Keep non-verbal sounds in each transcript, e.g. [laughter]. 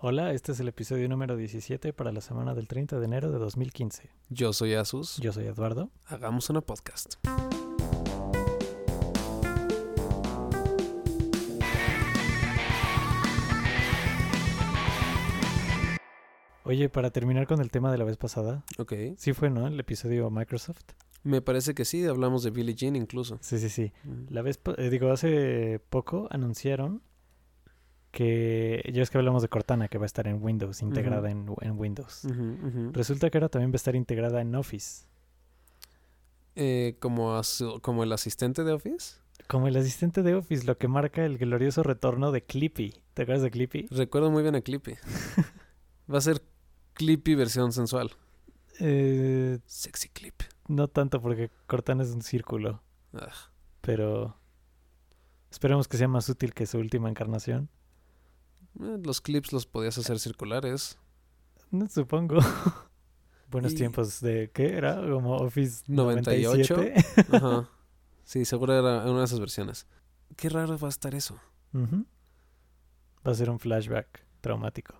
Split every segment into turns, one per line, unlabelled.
Hola, este es el episodio número 17 para la semana del 30 de enero de 2015.
Yo soy Asus.
Yo soy Eduardo.
Hagamos una podcast.
Oye, para terminar con el tema de la vez pasada,
Ok.
sí fue, ¿no? El episodio Microsoft.
Me parece que sí, hablamos de Billie Jean incluso.
Sí, sí, sí.
Mm.
La vez, pa- eh, digo, hace poco anunciaron que, ya es que hablamos de Cortana, que va a estar en Windows, integrada en, en Windows.
Ujú, ujú.
Resulta que ahora también va a estar integrada en Office.
Eh, como, asu- como el asistente de Office.
Como el asistente de Office, lo que marca el glorioso retorno de Clippy. ¿Te acuerdas de Clippy?
Recuerdo muy bien
[laughs]
a Clippy. Va a ser Clippy versión sensual.
Eh,
Sexy Clip.
no tanto porque Cortana es un círculo,
Ah,
pero esperemos que sea más útil que su última encarnación.
eh, los clips los podías hacer circulares.
No, supongo. [laughs] Buenos
Y-
tiempos de ¿qué era? Como Office
98.
97.
Ajá. Sí, seguro era una de esas versiones. Qué raro va a estar eso.
[laughs] Ujú. Va a ser un flashback traumático.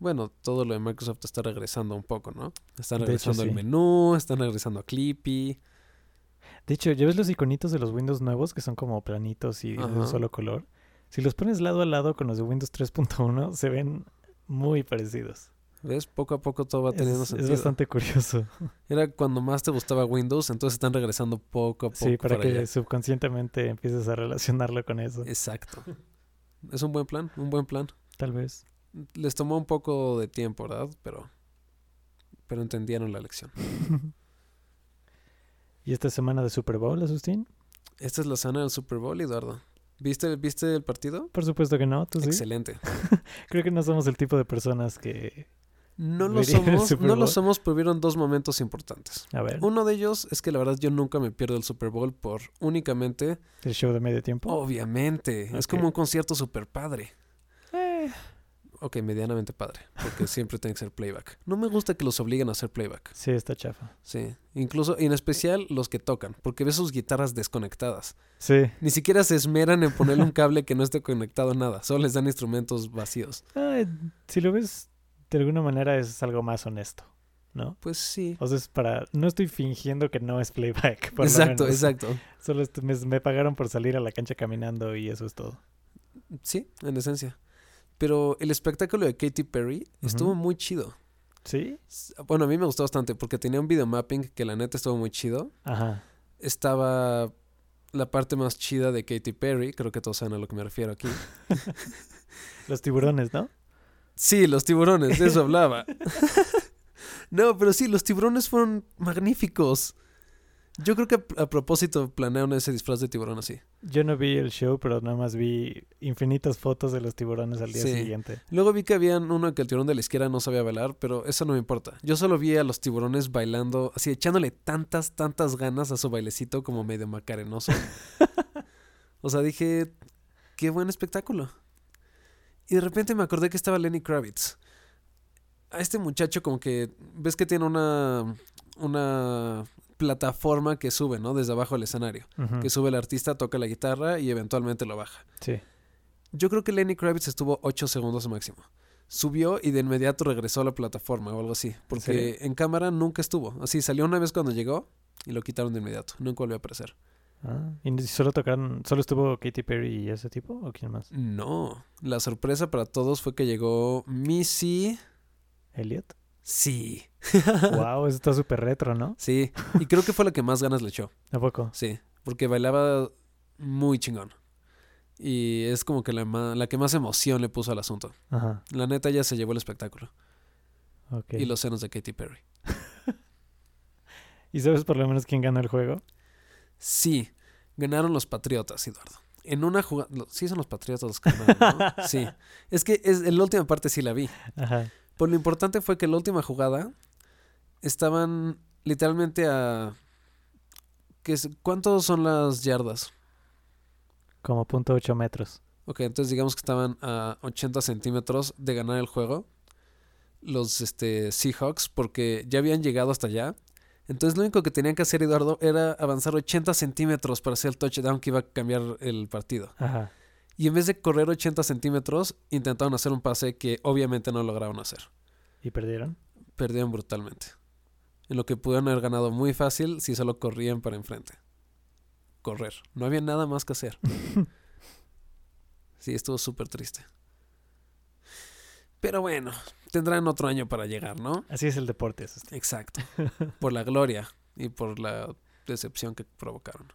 Bueno, todo lo de Microsoft está regresando un poco, ¿no? Están
De hecho,
regresando al
sí.
menú, están regresando a Clippy.
De hecho, ¿ya ves los iconitos de los Windows nuevos que son como planitos y de un
Ajá.
solo color? Si los pones lado a lado con los de Windows 3.1, se ven muy parecidos.
¿Ves? Poco a poco todo va
Es,
teniendo
es
sentido.
bastante curioso.
Era cuando más te gustaba Windows, entonces están regresando poco a poco.
Sí, para,
para
que
allá. Eh.
subconscientemente empieces a relacionarlo con eso.
Exacto. Es un buen plan, un buen plan.
Tal vez.
Les tomó un poco de tiempo, ¿verdad? Pero, pero entendieron la lección.
¿Y esta semana de Super Bowl, Asustín?
Esta es la semana del Super Bowl, Eduardo. ¿Viste, ¿viste el partido?
Por supuesto que no, tú Pues sí.
Excelente.
Creo que no somos el tipo de personas que...
No lo
Vería el
somos,
Super
no lo
Bowl.
somos, pero hubieron dos momentos importantes.
A ver,
Uno de ellos es que la verdad yo nunca me pierdo el Super Bowl por únicamente,
el show de medio
Oh.
tiempo.
obviamente, es
Ok.
como un concierto super padre.
Eh,
Ok, medianamente padre,
[laughs]
porque siempre tiene que ser playback. No me gusta que los obliguen a hacer playback.
sí, está chafa.
Sí, incluso y en especial los que tocan, porque ves sus guitarras desconectadas.
Sí.
Ni siquiera se esmeran en ponerle un cable que no esté conectado a nada, solo les dan instrumentos vacíos.
Ah, si lo ves de alguna manera es algo más honesto, ¿no?
Pues sí.
O sea, es para... No estoy fingiendo que no es playback. por lo
Exacto,
menos.
exacto.
Solo est- me, me pagaron por salir a la cancha caminando y eso es todo.
Sí, en esencia. Pero el espectáculo de Katy Perry estuvo
Ujú.
muy chido.
¿Sí?
S- Bueno, a mí me gustó bastante porque tenía un videomapping que la neta estuvo muy chido.
Ajá.
Estaba la parte más chida de Katy Perry, creo que todos saben a lo que me refiero aquí.
Los tiburones, ¿no?
Sí, los tiburones, de eso hablaba. [laughs] no, pero sí, los tiburones fueron magníficos. Yo creo que a, a propósito planearon ese disfraz de tiburón así.
Yo no vi el show, pero nada más vi infinitas fotos de los tiburones al día
Sí.
siguiente.
Luego vi que habían uno que el tiburón de la izquierda no sabía bailar, pero eso no me importa. Yo solo vi a los tiburones bailando, así echándole tantas, tantas ganas a su bailecito como medio macarenoso. o sea, dije, qué buen espectáculo. Y de repente me acordé que estaba Lenny Kravitz. A este muchacho como que, ves que tiene una, una plataforma que sube, ¿no? Desde abajo del escenario.
Ujú,
Que sube el artista, toca la guitarra y eventualmente lo baja.
Sí.
Yo creo que Lenny Kravitz estuvo 8 segundos máximo. Subió y de inmediato regresó a la plataforma o algo así.
serio?
Porque en cámara nunca estuvo. Así salió una vez cuando llegó y lo quitaron de inmediato. Nunca volvió a aparecer.
Ah, ¿Y solo tocaron, solo estuvo Katy Perry y ese tipo? ¿O quién más?
No. La sorpresa para todos fue que llegó Missy.
¿Elliot?
Sí.
wow, eso está súper retro, ¿no?
Sí. Y creo que fue la que más ganas le echó.
¿A poco?
Sí. Porque bailaba muy chingón. Y es como que la, ma- la que más emoción le puso al asunto.
Ajá,
La neta ya se llevó el espectáculo.
ok.
Y los senos de Katy Perry.
¿Y sabes por lo menos quién ganó el juego?
Sí, ganaron los Patriotas, Eduardo. En una jugada. Sí, son los Patriotas los que ganaron, ¿no? Sí. Es que es, en la última parte sí la vi.
Ajá.
Pero lo importante fue que en la última jugada estaban literalmente a. ¿qué es- ¿Cuántos son las yardas?
Como punto ocho metros.
Ok, entonces digamos que estaban a 80 centímetros de ganar el juego los este, Seahawks porque ya habían llegado hasta allá. Entonces lo único que tenían que hacer Eduardo era avanzar 80 centímetros para hacer el touchdown que iba a cambiar el partido.
Ajá.
Y en vez de correr 80 centímetros, intentaron hacer un pase que obviamente no lograron hacer.
¿Y perdieron?
Perdieron brutalmente. En lo que pudieron haber ganado muy fácil si solo corrían para enfrente. Correr. No había nada más
[laughs]
que hacer. sí, estuvo súper triste. Pero bueno, tendrán otro año para llegar, ¿no?
Así es el deporte. eso está. [laughs]
Exacto. Por la gloria y por la decepción que provocaron.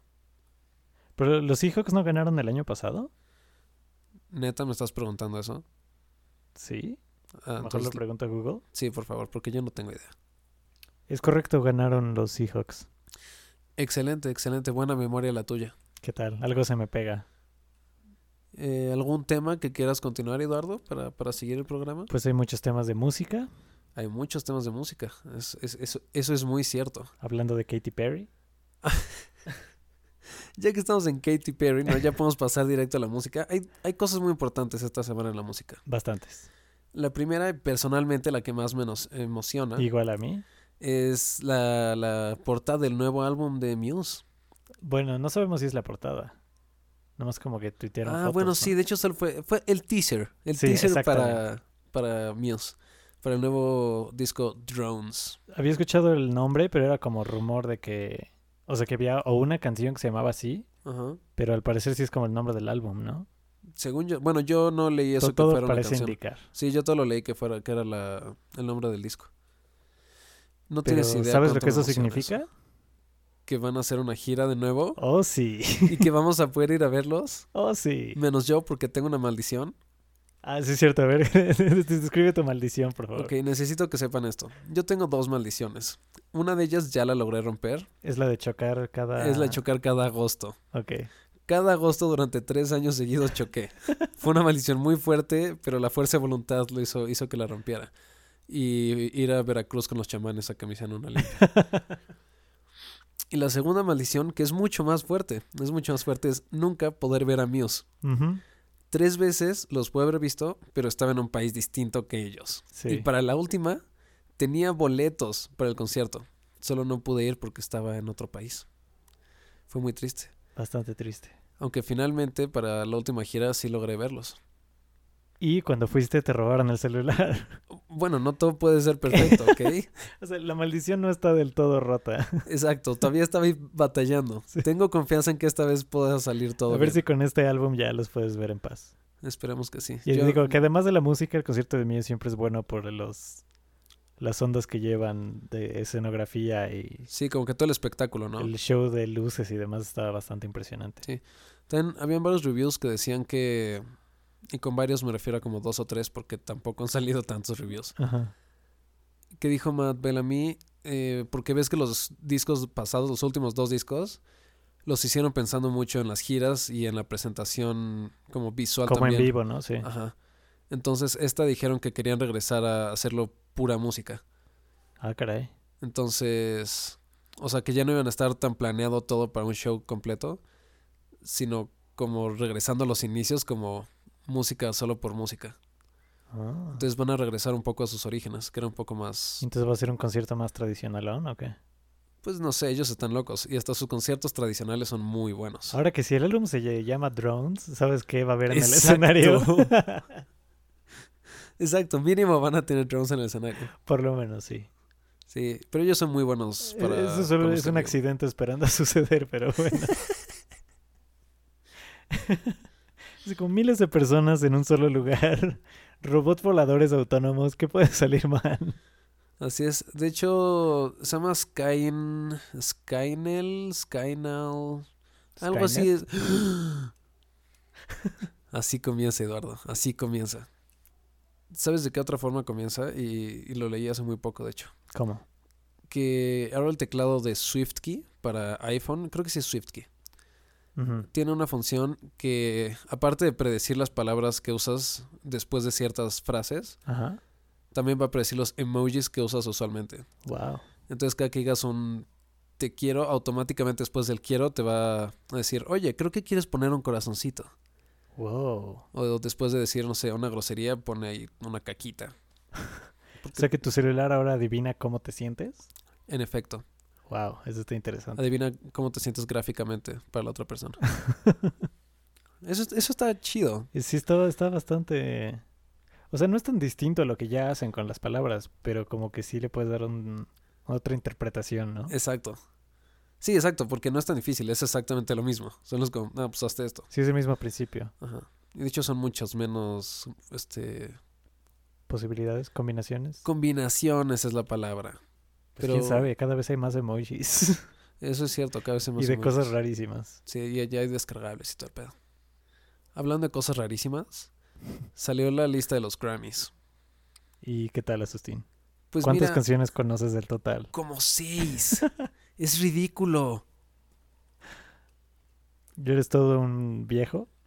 Pero los Seahawks no ganaron el año pasado.
Neta, me estás preguntando eso.
Sí. A
Ah,
lo mejor
entonces-
lo pregunta Google.
sí, por favor, porque yo no tengo idea.
Es correcto, ganaron los Seahawks.
Excelente, excelente. Buena memoria la tuya.
¿Qué tal? Algo se me pega.
Eh, ¿Algún tema que quieras continuar, Eduardo, para, para seguir el programa?
Pues hay muchos temas de música,
Hay muchos temas de música. Es- es- eso, eso es muy cierto.
hablando de Katy Perry.
Ya que estamos en Katy Perry, ¿no? ya podemos pasar directo a la música. Hay, hay cosas muy importantes esta semana en la música.
Bastantes.
La primera, y personalmente la que más me nos emociona,
Igual a mí.
es la, la portada del nuevo álbum de Muse.
Bueno, no sabemos si es la portada. Nomás como que tuitearon
Ah,
fotos,
bueno,
¿no?
sí, de hecho solo fue, fue el teaser. El
Sí,
teaser para,
exactamente.
para Muse. Para el nuevo disco Drones.
Había escuchado el nombre, pero era como rumor de que... O sea, que había o una canción que se llamaba así,
Ajá.
pero al parecer sí es como el nombre del álbum, ¿no?
Según yo, bueno, yo no leí eso
To-
que
todo
fuera una
parece
canción.
indicar.
Sí, yo todo lo leí que fuera que era la, el nombre del disco. No
Pero,
tienes idea.
¿Sabes
cuánto
lo que
me
eso
emociona
significa?
Que van a hacer una gira
[laughs]
de nuevo
Oh, sí.
y que vamos a poder ir a verlos.
Oh, sí.
Menos yo porque tengo una maldición.
Ah, sí es cierto. A ver, [laughs] describe tu maldición, por favor.
Ok, necesito que sepan esto. Yo tengo dos maldiciones. Una de ellas ya la logré romper.
Es la de chocar cada...
Es la de chocar cada agosto.
Ok.
Cada agosto durante tres años seguidos choqué. Fue una maldición muy fuerte, pero la fuerza de voluntad lo hizo, hizo que la rompiera. Y ir a Veracruz con los chamanes a que me hicieran una limpia. y la segunda maldición, que es mucho más fuerte, es mucho más fuerte, es nunca poder ver a Muse.
Ujú,
Tres veces los pude haber visto, pero estaba en un país distinto que ellos.
Sí.
Y para la última, tenía boletos para el concierto. Solo no pude ir porque estaba en otro país. Fue muy triste.
Bastante triste.
Aunque finalmente para la última gira sí logré verlos.
Y cuando fuiste te robaron el celular.
Bueno, no todo puede
[laughs]
ser perfecto, ¿ok?
o sea, la maldición no está del todo rota.
Exacto, todavía estaba ahí batallando.
Sí.
Tengo confianza en que esta vez pueda salir todo
a ver
bien.
si con este álbum ya los puedes ver en paz.
Esperemos que sí.
Y
Yo-
digo que además de la música, el concierto de Muse siempre es bueno por los las ondas que llevan de escenografía y
Sí, como que todo el espectáculo, ¿no?
el show de luces y demás está bastante impresionante.
También habían varios reviews que decían que... Y con varios me refiero a como dos o tres porque tampoco han salido tantos reviews.
Ajá.
que dijo Matt Bellamy, eh, porque ves que los discos pasados, los últimos dos discos, los hicieron pensando mucho en las giras y en la presentación como visual
Como
también. Ah.
en vivo, ¿no? Sí.
Ajá. Entonces, esta dijeron que querían regresar a hacerlo pura música.
Ah, caray.
Entonces, o sea, que ya no iban a estar tan planeado todo para un show completo, sino como regresando a los inicios, como música solo por música.
Ah. Entonces,
Entonces van a regresar un poco a sus orígenes, que era un poco más...
va a ser un concierto más tradicional aún, ¿o qué?
Pues no sé, ellos están locos y hasta sus conciertos tradicionales son muy buenos.
Ahora que si el álbum se lle- llama Drones, ¿sabes qué va a haber Ah, en
Exacto.
el escenario?
[laughs]
[laughs]
Exacto, mínimo van a tener drones en el escenario.
Por lo menos, sí.
Sí, pero ellos son muy buenos para...
Eh, Eso solo
para
es
música
un
en vivo.
accidente esperando [laughs] a suceder, pero
[laughs]
bueno. Es como miles de personas en un solo lugar. Robots voladores autónomos, ¿qué puede salir mal?
Así es. De hecho, se llama Skyn... Skynel, Skynal... Algo así
Skynet.
es... [gasps] Así comienza, Eduardo. Así comienza. ¿Sabes de qué otra forma comienza? Y, y lo leí hace muy poco, de hecho.
¿Cómo?
que ahora el teclado de SwiftKey para iPhone, creo que sí es SwiftKey,
Ujú.
tiene una función que, aparte de predecir las palabras que usas después de ciertas frases,
Ajá.
también va a predecir los emojis que usas usualmente.
Wow.
Entonces, cada que digas un te quiero, automáticamente después del quiero te va a decir, oye, creo que quieres poner un corazoncito.
Wow. O
O después de decir, no sé, una grosería, pone ahí una caquita. Porque-
sea que tu celular ahora adivina cómo te sientes.
en efecto,
Wow, eso está interesante. [laughs]
adivina cómo te sientes gráficamente para la otra persona. Eso, eso está chido.
Y Sí, está, está bastante... O sea, no es tan distinto a lo que ya hacen con las palabras, pero como que sí le puedes dar un- otra interpretación, ¿no?
Exacto. Sí, exacto, porque no es tan difícil, es exactamente lo mismo. Son los como, ah, pues hazte esto.
Sí, es el mismo principio.
Ajá. Y de hecho son muchos menos, este,
Posibilidades, combinaciones.
combinaciones es la palabra.
Pues
pero-
quién sabe, cada vez hay más emojis
Eso es cierto, cada vez se me
y
hace
de
[laughs] más-
cosas rarísimas.
Sí, ya, ya hay descargables y todo el pedo. Hablando de
[laughs]
cosas rarísimas, salió la lista de los Grammys.
¿Y qué tal, Asustín?
Pues
¿Cuántas
mira,
canciones conoces del total? [laughs]
como seis. es ridículo.
¿Yo eres todo un viejo? [laughs]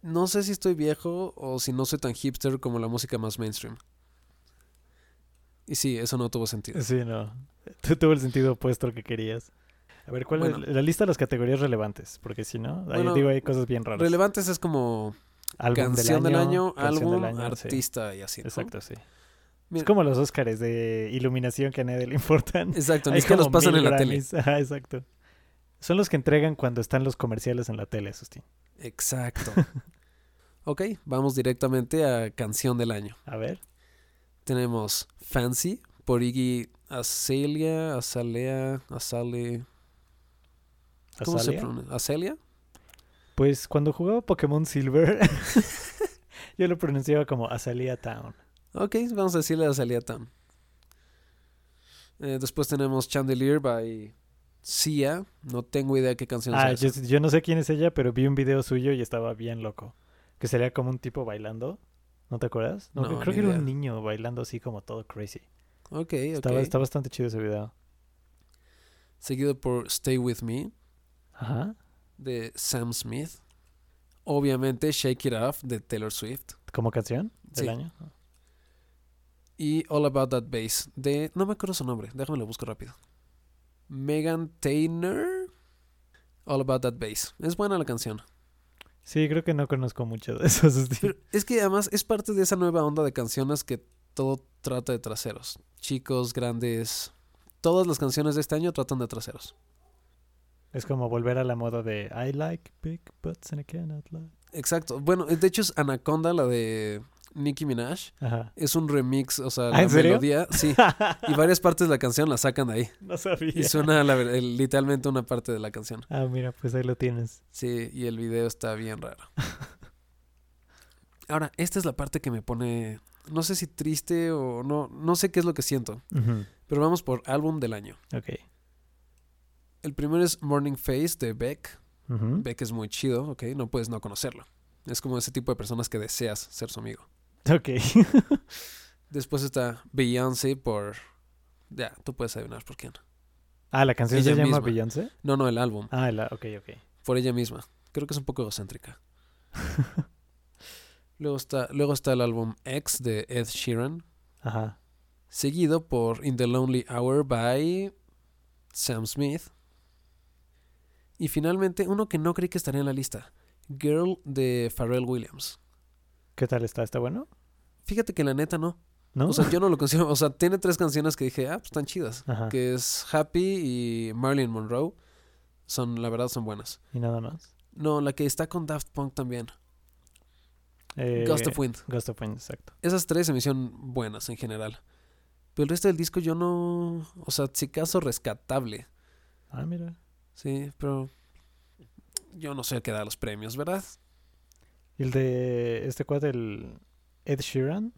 No sé si estoy viejo o si no soy tan hipster como la música más mainstream. Y sí, eso no tuvo sentido.
Sí, no. Tú tuvo el sentido opuesto al que querías. A ver, ¿cuál
Bueno.
es la lista de las categorías relevantes? Porque si no, ahí
Bueno,
digo, hay cosas bien raras.
Relevantes es como
Álbum
canción del año,
canción
álbum,
del año, sí.
artista y así. ¿no?
Exacto, sí.
Mira.
Es como los Óscares de iluminación que a nadie le importan. [laughs]
Exacto, ni
Hay
es que los
como
pasan
mil
en la tele.
Grammys. [laughs] Ajá, exacto. Son los que entregan cuando están los comerciales en la tele, Sustín. [laughs]
Exacto. ok, vamos directamente a canción del año.
A ver.
Tenemos Fancy por Iggy Azalea, Azalea, Azale. ¿Cómo se
Azalea.
pronuncia? ¿Azalea?
Pues cuando jugaba Pokémon Silver, [laughs] yo lo pronunciaba como Azalea Town.
Ok, vamos a decirle Azalea Tam. Eh, después tenemos Chandelier by Sia. No tengo idea qué canción
Ah,
es.
yo, yo no sé quién es ella, pero vi un video suyo y estaba bien loco. Que sería como un tipo bailando. ¿No te acuerdas? No,
No,
creo que
ni
era un
idea.
niño bailando así como todo crazy.
Ok, ok.
Estaba, está bastante chido ese video.
Seguido por Stay With Me
Ajá.
de Sam Smith. Obviamente Shake It Off de Taylor Swift.
¿Como canción del
Sí.
año?
Y All About That Bass de... No me acuerdo su nombre, déjame lo busco rápido. Megan Taylor. All About That Bass. Es buena la canción.
Sí, creo que no conozco mucho de [laughs] esos.
Pero es que además es parte de esa nueva onda de canciones que todo trata de traseros. Chicos, grandes. Todas las canciones de este año tratan de traseros.
Es como volver a la moda de I like big butts and I cannot lie.
Exacto. Bueno, de hecho es Anaconda, la de Nicki Minaj.
Ajá.
Es un remix, o sea,
¿Ah,
la
en serio?
melodía,
[laughs]
sí. Y varias partes de la canción la sacan de ahí.
no sabía. [laughs]
Y suena la ver- el- literalmente una parte de la canción.
Ah, mira, pues ahí lo tienes.
Sí, y el video está bien raro. Ahora, esta es la parte que me pone, no sé si triste o no, no sé qué es lo que siento, pero vamos por álbum del año.
Ok.
El primero es Morning Face de Beck.
Ujú.
Beck es muy chido, ¿ok? No puedes no conocerlo. Es como ese tipo de personas que deseas ser su amigo.
Ok. [laughs]
Después está Beyoncé por... Ya, tú puedes adivinar por quién.
Ah, la canción se
Ella
llama
misma.
Beyoncé.
No, no, el álbum.
Ah, la, ok, ok.
Por ella misma. Creo que es un poco egocéntrica. luego, está, luego está el álbum X de Ed Sheeran.
Ajá.
Seguido por In the Lonely Hour by Sam Smith. Y finalmente, uno que no creí que estaría en la lista. Girl de Pharrell Williams.
¿Qué tal está? ¿Está bueno?
Fíjate que la neta no.
¿No?
O sea, yo no lo considero. O sea, tiene tres canciones que dije, ah, pues están chidas.
Ajá.
Que es Happy y Marilyn Monroe. Son, la verdad, son buenas.
Y nada más.
No, la que está con Daft Punk también.
Eh,
Ghost of Wind.
Ghost of Wind, exacto.
Esas tres se me hicieron buenas en general. Pero el resto del disco yo no. O sea, si caso rescatable.
Ah, mira.
Sí, pero. Yo no sé a qué dar los premios, ¿verdad?
Y el de este cuate, el Ed Sheeran.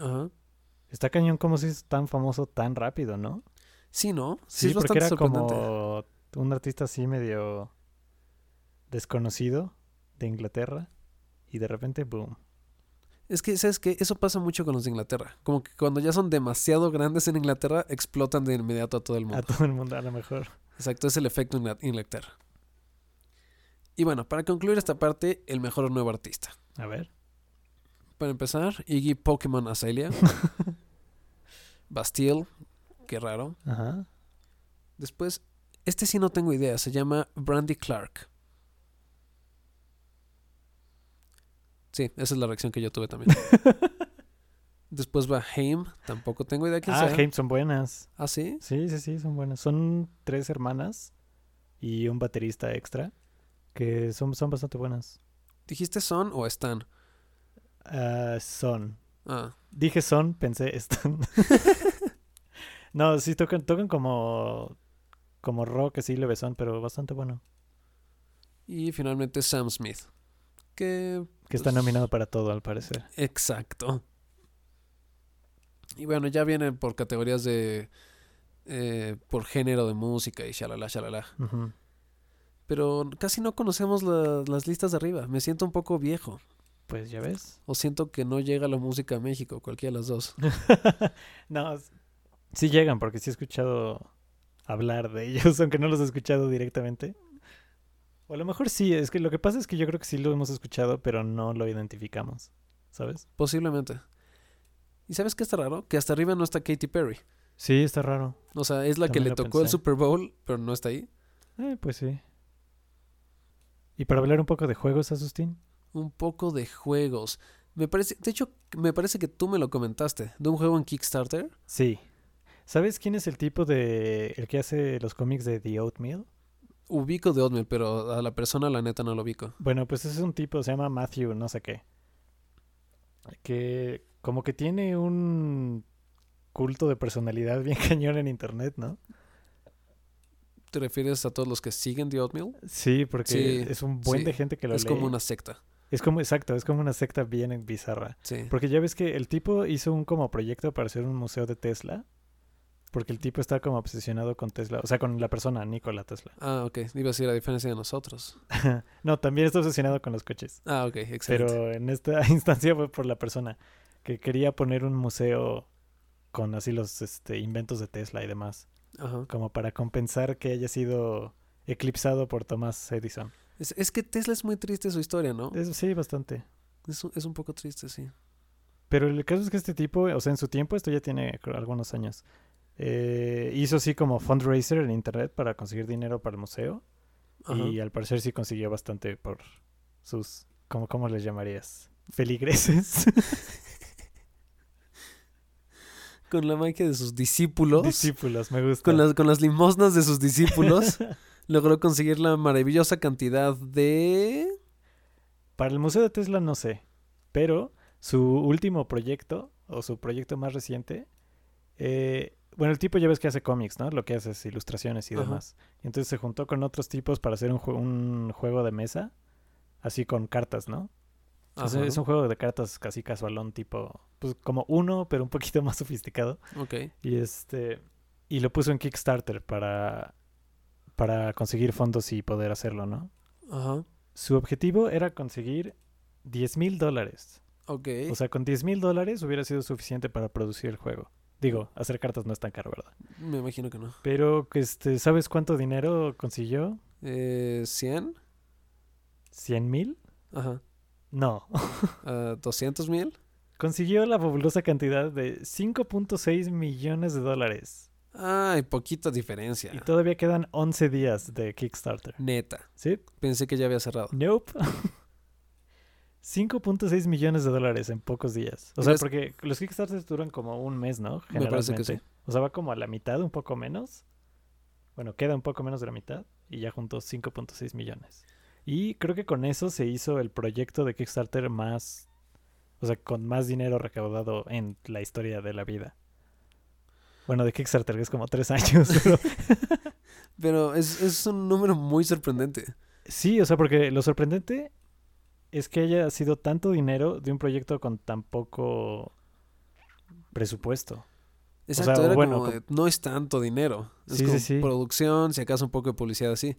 Ajá.
Está cañón como si es tan famoso tan rápido, ¿no?
Sí, ¿no? Sí, es
porque
bastante
era
sorprendente.
como un artista así medio desconocido de Inglaterra y de repente, boom.
Es que, ¿sabes qué? Eso pasa mucho con los de Inglaterra. Como que cuando ya son demasiado grandes en Inglaterra, explotan de inmediato a todo el
A
mundo.
todo el mundo, a lo mejor.
Exacto, es el efecto Ingla- Inglaterra. Y bueno, para concluir esta parte, el mejor nuevo artista.
A ver.
Para empezar, Iggy Pokémon
[laughs]
Azalea. Bastille, qué raro.
Ajá.
Después, este sí no tengo idea, se llama Brandy Clark. Sí, esa es la reacción que yo
[laughs]
tuve también. Después va Haim, tampoco tengo idea quién
Ah,
sea.
Haim son buenas.
¿Ah, sí?
Sí, sí, sí, son buenas. Son tres hermanas y un baterista extra que son, son bastante buenas.
¿Dijiste son o están?
Ah, son.
Ah,
Dije son, pensé [laughs] están. no, sí tocan, tocan como, como rock, así levesón, pero bastante bueno.
y finalmente Sam Smith. Que
Que está
Pues-
nominado para todo, al parecer.
Exacto. Y bueno, ya vienen por categorías de... eh, por género de música y shalala, shalala.
Ujú.
Pero casi no conocemos la- las listas de arriba. Me siento un poco viejo.
Pues ya ves. [laughs]
O siento que no llega la música a México, cualquiera de las dos.
no, s- sí llegan, porque sí he escuchado hablar de ellos, [laughs] aunque no los he escuchado directamente. O a lo mejor sí, es que lo que pasa es que yo creo que sí lo hemos escuchado, pero no lo identificamos, ¿sabes?
Posiblemente. ¿Y sabes qué está raro? Que hasta arriba no está Katy Perry.
Sí, está raro.
O sea, es la
También
que
lo
le tocó el
pensé.
Super Bowl, pero no está ahí.
Eh, pues sí. Y para hablar un poco de juegos, Asustín.
Un poco de juegos. Me parece, de hecho, me parece que tú me lo comentaste. De un juego en Kickstarter.
Sí. ¿Sabes quién es el tipo de... el que hace los cómics de The Oatmeal?
Ubico de Oatmeal, pero a la persona la neta no lo ubico.
Bueno, pues es un tipo, se llama Matthew, no sé qué. Que como que tiene un culto de personalidad [laughs] bien cañón en internet, ¿no?
¿Te refieres a todos los que siguen The Oatmeal?
Sí, porque
Sí,
es un buen de
sí.
gente que lo
Es
lee.
como una secta.
Es como, exacto, es como una secta bien bizarra.
Sí.
Porque ya ves que el tipo hizo un como proyecto para hacer un museo de Tesla. Porque el tipo está como obsesionado con Tesla, o sea, con la persona, Nikola Tesla.
Ah, ok. Iba a decir a diferencia de nosotros.
No, también está obsesionado con los coches.
Ah, ok. Excelente.
Pero en esta [laughs] instancia fue por la persona que quería poner un museo con así los este, inventos de Tesla y demás,
Ajá.
como para compensar que haya sido eclipsado por Thomas Edison.
Es, es que Tesla es muy triste su historia, ¿no?
Es- sí, bastante.
Es, un- es un poco triste, sí.
Pero el caso es que este tipo, o sea, en su tiempo, esto ya tiene creo, algunos años, eh, hizo así como fundraiser en internet para conseguir dinero para el museo
Ajá.
y al parecer sí consiguió bastante por sus, ¿cómo, cómo les llamarías? Feligreses. [laughs]
Con la magia de sus discípulos,
Discípulos, me gusta.
con, las, con las limosnas de sus discípulos, logró conseguir la maravillosa cantidad de...
Para el Museo de Tesla no sé, pero su último proyecto, o su proyecto más reciente, eh, bueno, el tipo ya ves que hace cómics, ¿no? Lo que hace es ilustraciones y
Ajá.
demás. Entonces se juntó con otros tipos para hacer un, jue- un juego de mesa, así con cartas, ¿no? Entonces,
Ajá.
es un juego de cartas casi casualón, tipo, pues como uno, pero un poquito [laughs] más sofisticado.
Ok.
Y este, y lo puso en Kickstarter para, para conseguir fondos y poder hacerlo, ¿no?
Ajá.
Su objetivo era conseguir 10 mil dólares.
Ok.
O sea, con 10 mil dólares hubiera sido suficiente para producir el juego. Digo, hacer cartas no es tan caro, ¿verdad?
Me imagino que no.
Pero, que, este, ¿sabes cuánto dinero consiguió?
Eh, ¿100?
¿100 mil?
Ajá.
No. [laughs]
Ah, ¿200 mil?
consiguió la fabulosa cantidad de 5.6 millones de dólares.
Ay, poquita diferencia.
Y todavía quedan 11 días de Kickstarter.
Neta.
¿Sí?
Pensé que ya había cerrado.
Nope. [laughs] 5.6 millones de dólares en pocos días. O
Pero
sea,
es-
porque los Kickstarters duran como un mes, ¿no?
Me parece que sí.
Generalmente. O sea, va como a la mitad, un poco menos. Bueno, queda un poco menos de la mitad y ya juntó 5.6 millones. Y creo que con eso se hizo el proyecto de Kickstarter más... O sea, con más dinero recaudado en la historia de la vida. Bueno, de Kickstarter que es como tres [laughs] años. pero-
Pero es, es un número muy sorprendente.
Sí, o sea, porque lo sorprendente es que haya sido tanto dinero de un proyecto con tan poco presupuesto.
Exacto,
o
era
bueno,
como,
com-
de, no es tanto dinero. Es
Sí, sí,
como
sí.
producción, si acaso un poco de publicidad así.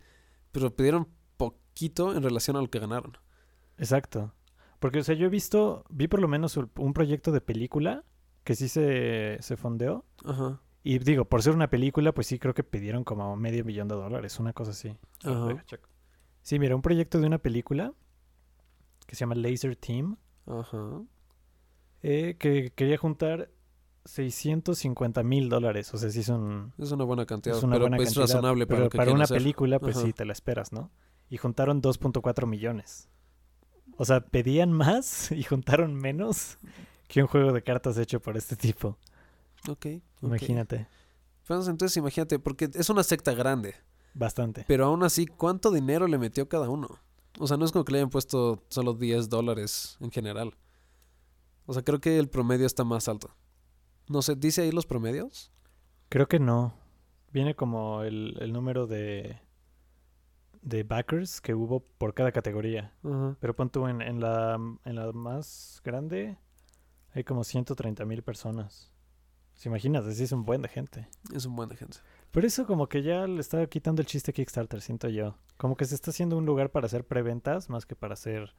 Pero pidieron poquito en relación a lo que ganaron.
Exacto. Porque, o sea, yo he visto, vi por lo menos un un proyecto de película que sí se, se fondeó.
Ajá,
Y digo, por ser una película, pues sí creo que pidieron como medio millón de dólares, una cosa así.
ajá,
Deja, checo. Sí, mira, un proyecto de una película que se llama Laser Team,
ajá.
eh, que quería juntar 650 mil dólares. O sea, sí son...
Es una buena cantidad,
es una
pero pues
buena
es
cantidad,
razonable para
pero
lo que
para
quieren
una
hacer.
película pues
Ajá.
sí te la esperas, ¿no? Y juntaron 2.4 millones. O sea, pedían más [laughs] y juntaron menos que un juego de cartas hecho por este tipo.
Ok, ok.
Imagínate,
Pues, entonces imagínate, porque es una secta grande,
bastante.
pero aún así, ¿cuánto dinero le metió cada uno? O sea, no es como que le hayan puesto solo 10 dólares en general. O sea, creo que el promedio está más alto. No sé, ¿dice ahí los promedios?
Creo que no. Viene como el, el número de, de backers que hubo por cada categoría.
Ajá.
Pero pon tú en, en la, en la más grande hay como 130 mil personas. ¿Se imaginas? Así es un buen de gente.
Es un buen de gente.
Pero eso como que ya le está quitando el chiste a Kickstarter, siento yo. Como que se está haciendo un lugar para hacer preventas más que para hacer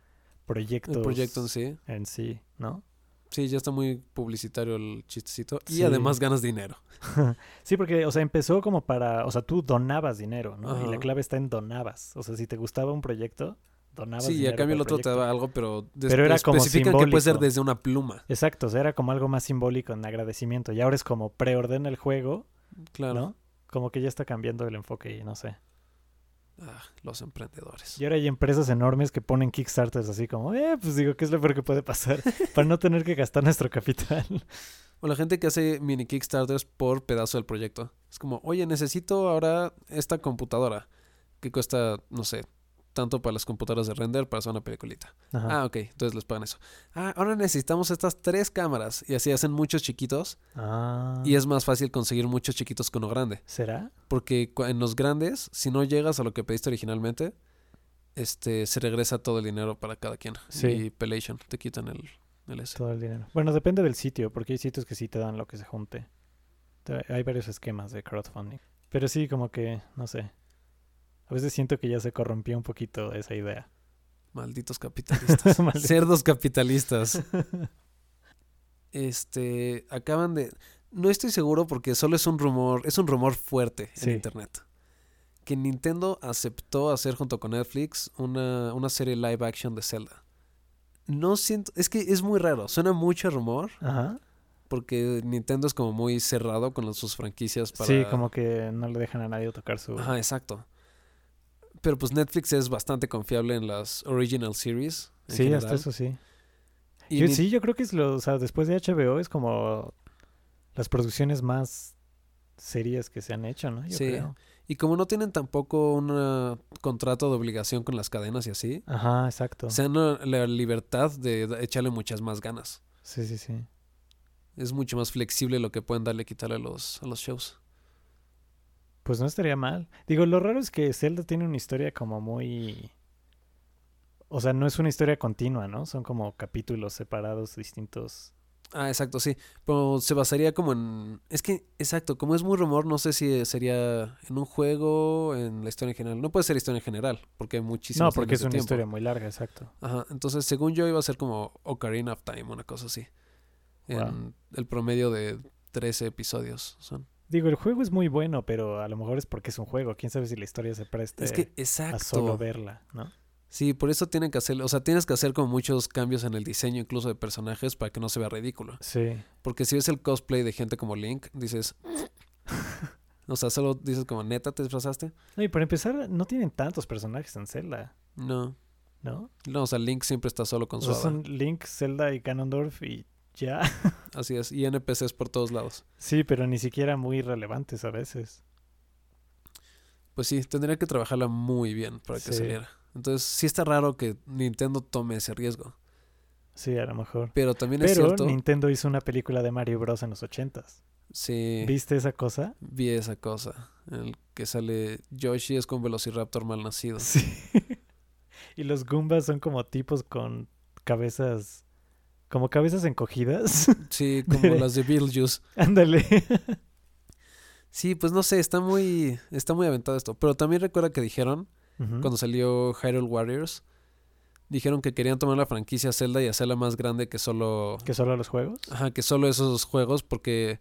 proyectos
El proyecto en sí.
en sí, ¿no?
Sí, ya está muy publicitario el chistecito. Y
Sí.
además ganas dinero.
Sí, porque, o sea, empezó como para, o sea, tú donabas dinero, ¿no? Y la
Ajá.
clave está en donabas. O sea, si te gustaba un proyecto, donabas
Sí, y
dinero.
a cambio el
para
otro te
proyecto.
daba algo, pero, des-
Pero era como
especifican que puede ser
simbólico.
desde una pluma.
Exacto, o sea, era como algo más simbólico en agradecimiento. Y ahora es como preordena el juego,
Claro.
¿no? Como que ya está cambiando el enfoque y no sé.
Ah, los emprendedores.
Y ahora hay empresas enormes que ponen Kickstarters así como, eh, pues digo, ¿qué es lo peor que puede pasar? [laughs] Para no tener que gastar nuestro capital. [laughs]
O la gente que hace mini Kickstarters por pedazo del proyecto. Es como, oye, necesito ahora esta computadora que cuesta, no sé, tanto para las computadoras de render para hacer una peliculita.
Ajá.
Ah, ok, entonces les pagan eso. Ah, ahora necesitamos estas tres cámaras y así hacen muchos chiquitos
Ah.
y es más fácil conseguir muchos chiquitos con uno grande.
¿Será?
Porque cu- en los grandes, si no llegas a lo que pediste originalmente, este, se regresa todo el dinero para cada quien.
Sí.
Y Pelation, te quitan el, el ese.
Todo el dinero. Bueno, depende del sitio, porque hay sitios que sí te dan lo que se junte. Te- Hay varios esquemas de crowdfunding. Pero sí, como que, no sé. A veces siento que ya se corrompió un poquito esa idea. [laughs]
Malditos capitalistas.
Maldito. [laughs]
Cerdos capitalistas. Este, acaban de... No estoy seguro porque solo es un rumor, es un rumor fuerte
Sí.
en Internet. Que Nintendo aceptó hacer junto con Netflix una, una serie live action de Zelda. No siento, es que es muy raro, suena mucho a rumor
Ajá.
porque Nintendo es como muy cerrado con las- sus franquicias para...
Sí, como que no le dejan a nadie tocar su...
Ajá, exacto. Pero pues Netflix es bastante confiable en las original series. en
sí,
general.
hasta eso sí.
Y
Yo-
Nin-
Sí, yo creo que es lo... O sea, después de HBO es como las producciones más serias que se han hecho, ¿no? Yo
Sí.
creo.
Y como no tienen tampoco un ah, contrato de obligación con las cadenas y así,
Ajá, exacto.
se dan la- la libertad de da- echarle muchas más ganas.
Sí, sí, sí.
Es mucho más flexible lo que pueden darle y quitarle a los, a los shows.
Pues no estaría mal. Digo, lo raro es que Zelda tiene una historia como muy... O sea, no es una historia continua, ¿no? Son como capítulos separados, distintos.
Ah, exacto, sí. Pero se basaría como en... Es que, exacto, como es muy rumor, no sé si sería en un juego, en la historia en general. No puede ser historia en general, porque hay muchísimas
no, porque es
líneas de
una
tiempo.
historia muy larga, exacto.
Ajá, entonces según yo iba a ser como Ocarina of Time, una cosa así. En
Wow.
el promedio de 13 episodios son.
Digo, el juego es muy bueno, pero a lo mejor es porque es un juego. ¿Quién sabe si la historia se preste
Es que,
a solo
exacto.
verla, ¿no?
Sí, por eso tienen que hacer, o sea, tienes que hacer como muchos cambios en el diseño incluso de personajes para que no se vea ridículo.
Sí.
Porque si ves el cosplay de gente como Link, dices... [laughs] o sea, solo dices como, ¿neta te disfrazaste?
No, y para empezar, no tienen tantos personajes en Zelda,
No.
¿no?
No, o sea, Link siempre está solo con
O
su
sea,
hada.
son Link, Zelda y Ganondorf y ya. [laughs]
Así es, y NPCs por todos lados.
Sí, pero ni siquiera muy relevantes a veces.
Pues sí, tendría que trabajarla muy bien para que
Sí.
saliera. Entonces, sí está raro que Nintendo tome ese riesgo.
Sí, a lo mejor.
Pero también es
Pero
cierto.
Nintendo hizo una película de Mario Bros. en los ochentas.
Sí, vi...
¿Viste esa cosa?
esa cosa. En el que sale Yoshi es con Velociraptor mal
[laughs]
nacido.
Sí. y los Goombas son como tipos con cabezas... Como cabezas encogidas. [laughs]
Sí, como las de Beetlejuice.
Ándale.
Sí, pues no sé, está muy, está muy aventado esto. Pero también recuerda que dijeron,
Ujú.
cuando salió Hyrule Warriors, dijeron que querían tomar la franquicia Zelda y hacerla más grande que solo.
¿Que solo a los juegos?
Ajá, que solo esos juegos, porque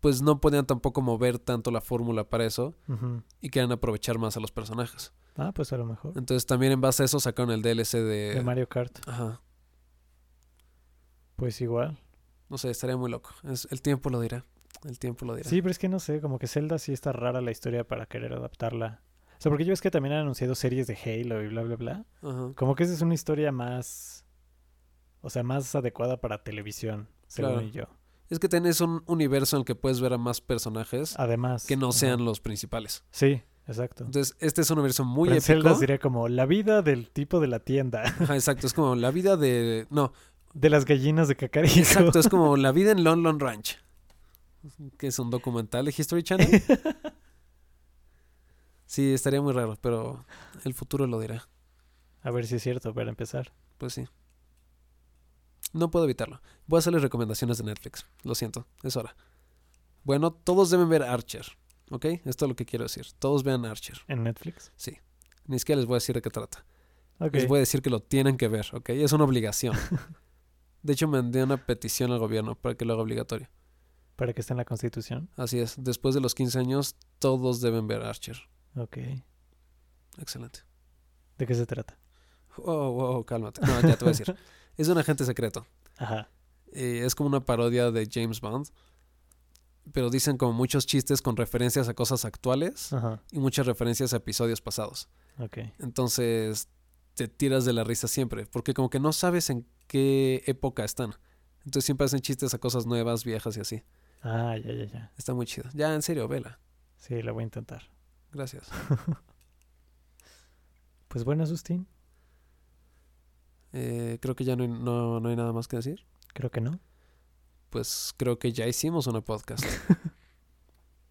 pues no podían tampoco mover tanto la fórmula para eso.
Ujú.
Y querían aprovechar más a los personajes.
Ah, pues a lo mejor.
Entonces también en base a eso sacaron el DLC
De Mario Kart.
Ajá.
Pues igual.
No sé, estaría muy loco. Es- el tiempo lo dirá. El tiempo lo dirá.
Sí, pero es que no sé, como que Zelda sí está rara la historia para querer adaptarla. O sea, porque yo ves que también han anunciado series de Halo y bla, bla, bla.
Ajá.
Como que esa es una historia más... O sea, más adecuada para televisión, según
Claro.
yo.
Es que tenés un universo en el que puedes ver a más personajes
Además...
que no
Ah, ajá.
sean los principales.
Sí, Exacto.
Entonces, este es un universo muy
Pero en Zelda
épico.
sería como la vida del tipo de la tienda, [laughs]
Ajá, exacto, es como la vida de... No,
de las gallinas de Cacarico.
exacto, es como la vida en Lon Lon Ranch. Que es un documental de History Channel. Sí, estaría muy raro, pero el futuro lo dirá.
A ver si es cierto, para empezar.
Pues sí. No puedo evitarlo. Voy a hacerles recomendaciones de Netflix. Lo siento, es hora. Bueno, todos deben ver Archer, ¿ok? Esto es lo que quiero decir. Todos vean Archer.
En Netflix.
Ni siquiera les voy a decir de qué trata.
Ok.
Les voy a decir que lo tienen que ver, ¿ok? Es una obligación. De hecho, mandé una petición al gobierno para que lo haga obligatorio.
Para que esté en la constitución.
Así es, después de los 15 años, todos deben ver Archer.
Ok.
Excelente.
¿De qué se trata?
Wow, wow, cálmate. No, ya te voy a decir. Es de un agente secreto.
Ajá.
eh, es como una parodia de James Bond, pero dicen como muchos chistes con referencias a cosas actuales
Ajá.
y muchas referencias a episodios pasados.
Ok.
Entonces te tiras de la risa siempre, porque como que no sabes en qué época están. Entonces siempre hacen chistes a cosas nuevas, viejas y así.
Ah, ya, ya, ya.
Está muy chido. Ya, en serio, vela.
Sí, la voy a intentar.
Gracias.
Pues bueno, Sustín,
Eh, creo que ya no hay, no- no hay nada más que decir.
creo que no.
Pues creo que ya hicimos una podcast.